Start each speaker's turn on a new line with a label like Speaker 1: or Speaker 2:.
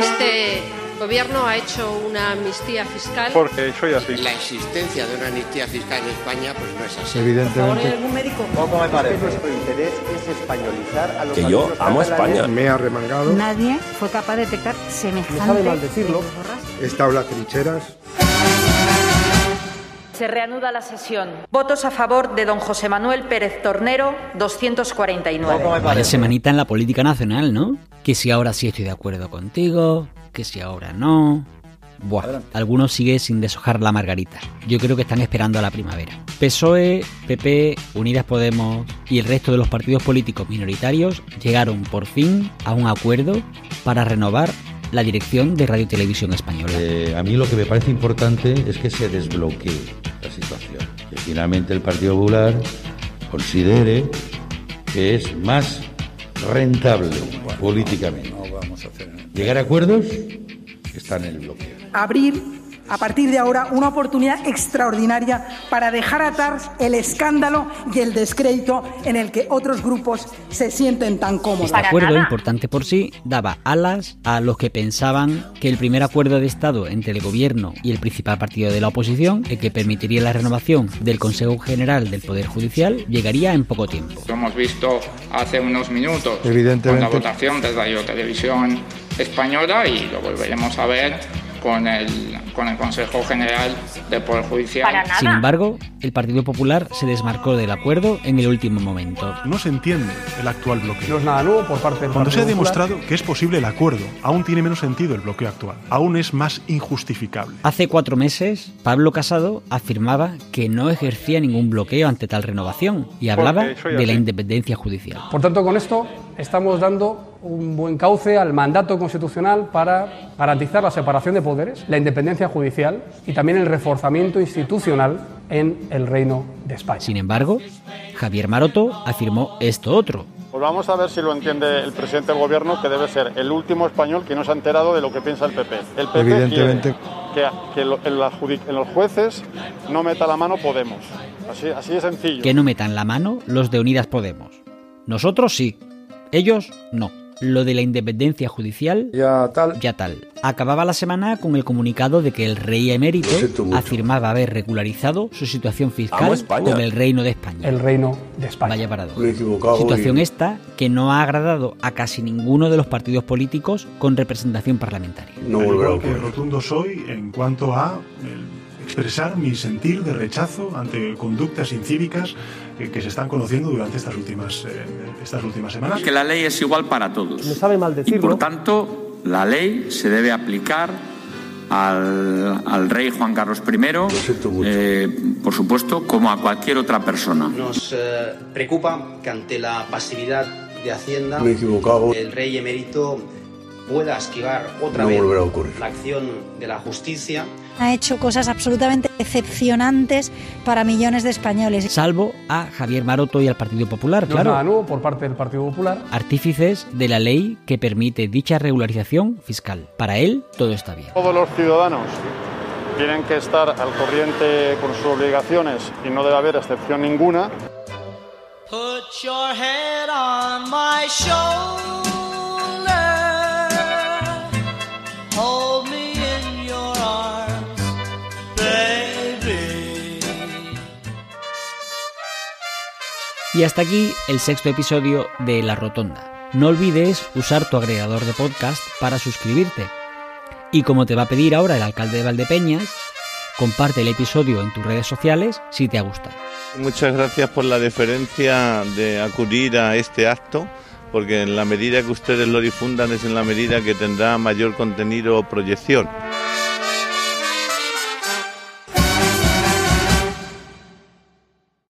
Speaker 1: Este gobierno ha hecho una amnistía fiscal.
Speaker 2: Porque soy así.
Speaker 3: La existencia de una amnistía fiscal en España pues no es así.
Speaker 4: Evidentemente.
Speaker 5: algún médico?
Speaker 6: Poco me parece. Nuestro interés es españolizar a los
Speaker 7: Que yo
Speaker 6: alumnos
Speaker 7: amo a
Speaker 6: catalanes.
Speaker 7: España.
Speaker 4: Me ha remangado.
Speaker 8: Nadie fue capaz de detectar semejante.
Speaker 6: Me sabe mal decirlo.
Speaker 8: borrasca.
Speaker 4: He estado en las trincheras.
Speaker 5: Se reanuda la sesión. Votos a favor de don José Manuel Pérez Tornero, 249.
Speaker 6: Poco me
Speaker 9: Vaya
Speaker 6: parece.
Speaker 9: semanita en la política nacional, ¿no? Que si ahora sí estoy de acuerdo contigo, que si ahora no. Buah, algunos sigue sin deshojar la margarita. Yo creo que están esperando a la primavera. PSOE, PP, Unidas Podemos y el resto de los partidos políticos minoritarios llegaron por fin a un acuerdo para renovar la dirección de Radio y Televisión Española.
Speaker 10: Eh, a mí lo que me parece importante es que se desbloquee la situación. Que finalmente el Partido Popular considere que es más rentable políticamente. Llegar a acuerdos que están en el bloqueo.
Speaker 11: abrir a partir de ahora una oportunidad extraordinaria para dejar atrás el escándalo y el descrédito en el que otros grupos se sienten tan cómodos.
Speaker 9: Este acuerdo, importante por sí, daba alas a los que pensaban que el primer acuerdo de Estado entre el gobierno y el principal partido de la oposición, el que permitiría la renovación del Consejo General del Poder Judicial, llegaría en poco tiempo.
Speaker 3: Lo hemos visto hace unos minutos con la
Speaker 4: Evidentemente.
Speaker 3: votación de Radio Televisión Española y lo volveremos a ver con el, con el Consejo General de Poder Judicial.
Speaker 5: Para nada.
Speaker 9: Sin embargo, el Partido Popular se desmarcó del acuerdo en el último momento.
Speaker 12: No se entiende el actual bloqueo.
Speaker 6: No es nada nuevo por parte del
Speaker 12: Cuando se ha
Speaker 6: Partido Popular.
Speaker 12: demostrado que es posible el acuerdo, aún tiene menos sentido el bloqueo actual. Aún es más injustificable.
Speaker 9: Hace cuatro meses, Pablo Casado afirmaba que no ejercía ningún bloqueo ante tal renovación y hablaba
Speaker 2: Porque soy
Speaker 9: de la
Speaker 2: así.
Speaker 9: independencia judicial.
Speaker 6: Por tanto, con esto estamos dando un buen cauce al mandato constitucional para garantizar la separación de poderes, la independencia judicial y también el reforzamiento institucional en el Reino de España.
Speaker 9: Sin embargo, Javier Maroto afirmó esto otro,
Speaker 2: Pues vamos a ver si lo entiende el presidente del gobierno, que debe ser el último español que no se ha enterado de lo que piensa el PP. El PP
Speaker 4: Evidentemente.
Speaker 2: quiere que, que lo- en, la judi- en los jueces no meta la mano Podemos. Así, así de sencillo.
Speaker 9: que no metan la mano los de Unidas Podemos. Nosotros sí, ellos no. Lo de la independencia judicial
Speaker 4: Ya tal.
Speaker 9: ya tal. Acababa la semana con el comunicado de que el rey emérito afirmaba haber regularizado su situación
Speaker 7: Amo
Speaker 9: fiscal
Speaker 7: España.
Speaker 9: con el Reino de España.
Speaker 6: El Reino de España.
Speaker 9: Vaya paradoja. Situación esta que no ha agradado a casi ninguno de los partidos políticos con representación parlamentaria.
Speaker 12: No volverá que rotundo soy en cuanto a eh, expresar mi sentir de rechazo ante conductas incívicas eh, que se están conociendo durante estas últimas, eh, estas últimas semanas.
Speaker 3: la ley es igual para todos.
Speaker 6: Me sabe mal decirlo.
Speaker 3: tanto, la ley se debe aplicar al, rey Juan Carlos I, eh, por supuesto, como a cualquier otra persona.
Speaker 6: Nos eh, preocupa que ante la pasividad de Hacienda, el rey emérito pueda esquivar otra vez la acción de la justicia.
Speaker 8: Ha hecho cosas absolutamente excepcionantes para millones de españoles.
Speaker 9: Salvo a Javier Maroto y al Partido Popular,
Speaker 6: No es nada
Speaker 9: claro.
Speaker 6: nuevo por parte del Partido Popular.
Speaker 9: Artífices de la ley que permite dicha regularización fiscal. Para él, todo está bien.
Speaker 2: Todos los ciudadanos tienen que estar al corriente con sus obligaciones y no debe haber excepción ninguna.
Speaker 9: Y hasta aquí el sexto episodio de La Rotonda. No olvides usar tu agregador de podcast para suscribirte. Y como te va a pedir ahora el alcalde de Valdepeñas, comparte el episodio en tus redes sociales si te ha gustado.
Speaker 10: Muchas gracias por la deferencia de acudir a este acto, porque en la medida que ustedes lo difundan es en la medida que tendrá mayor contenido o proyección.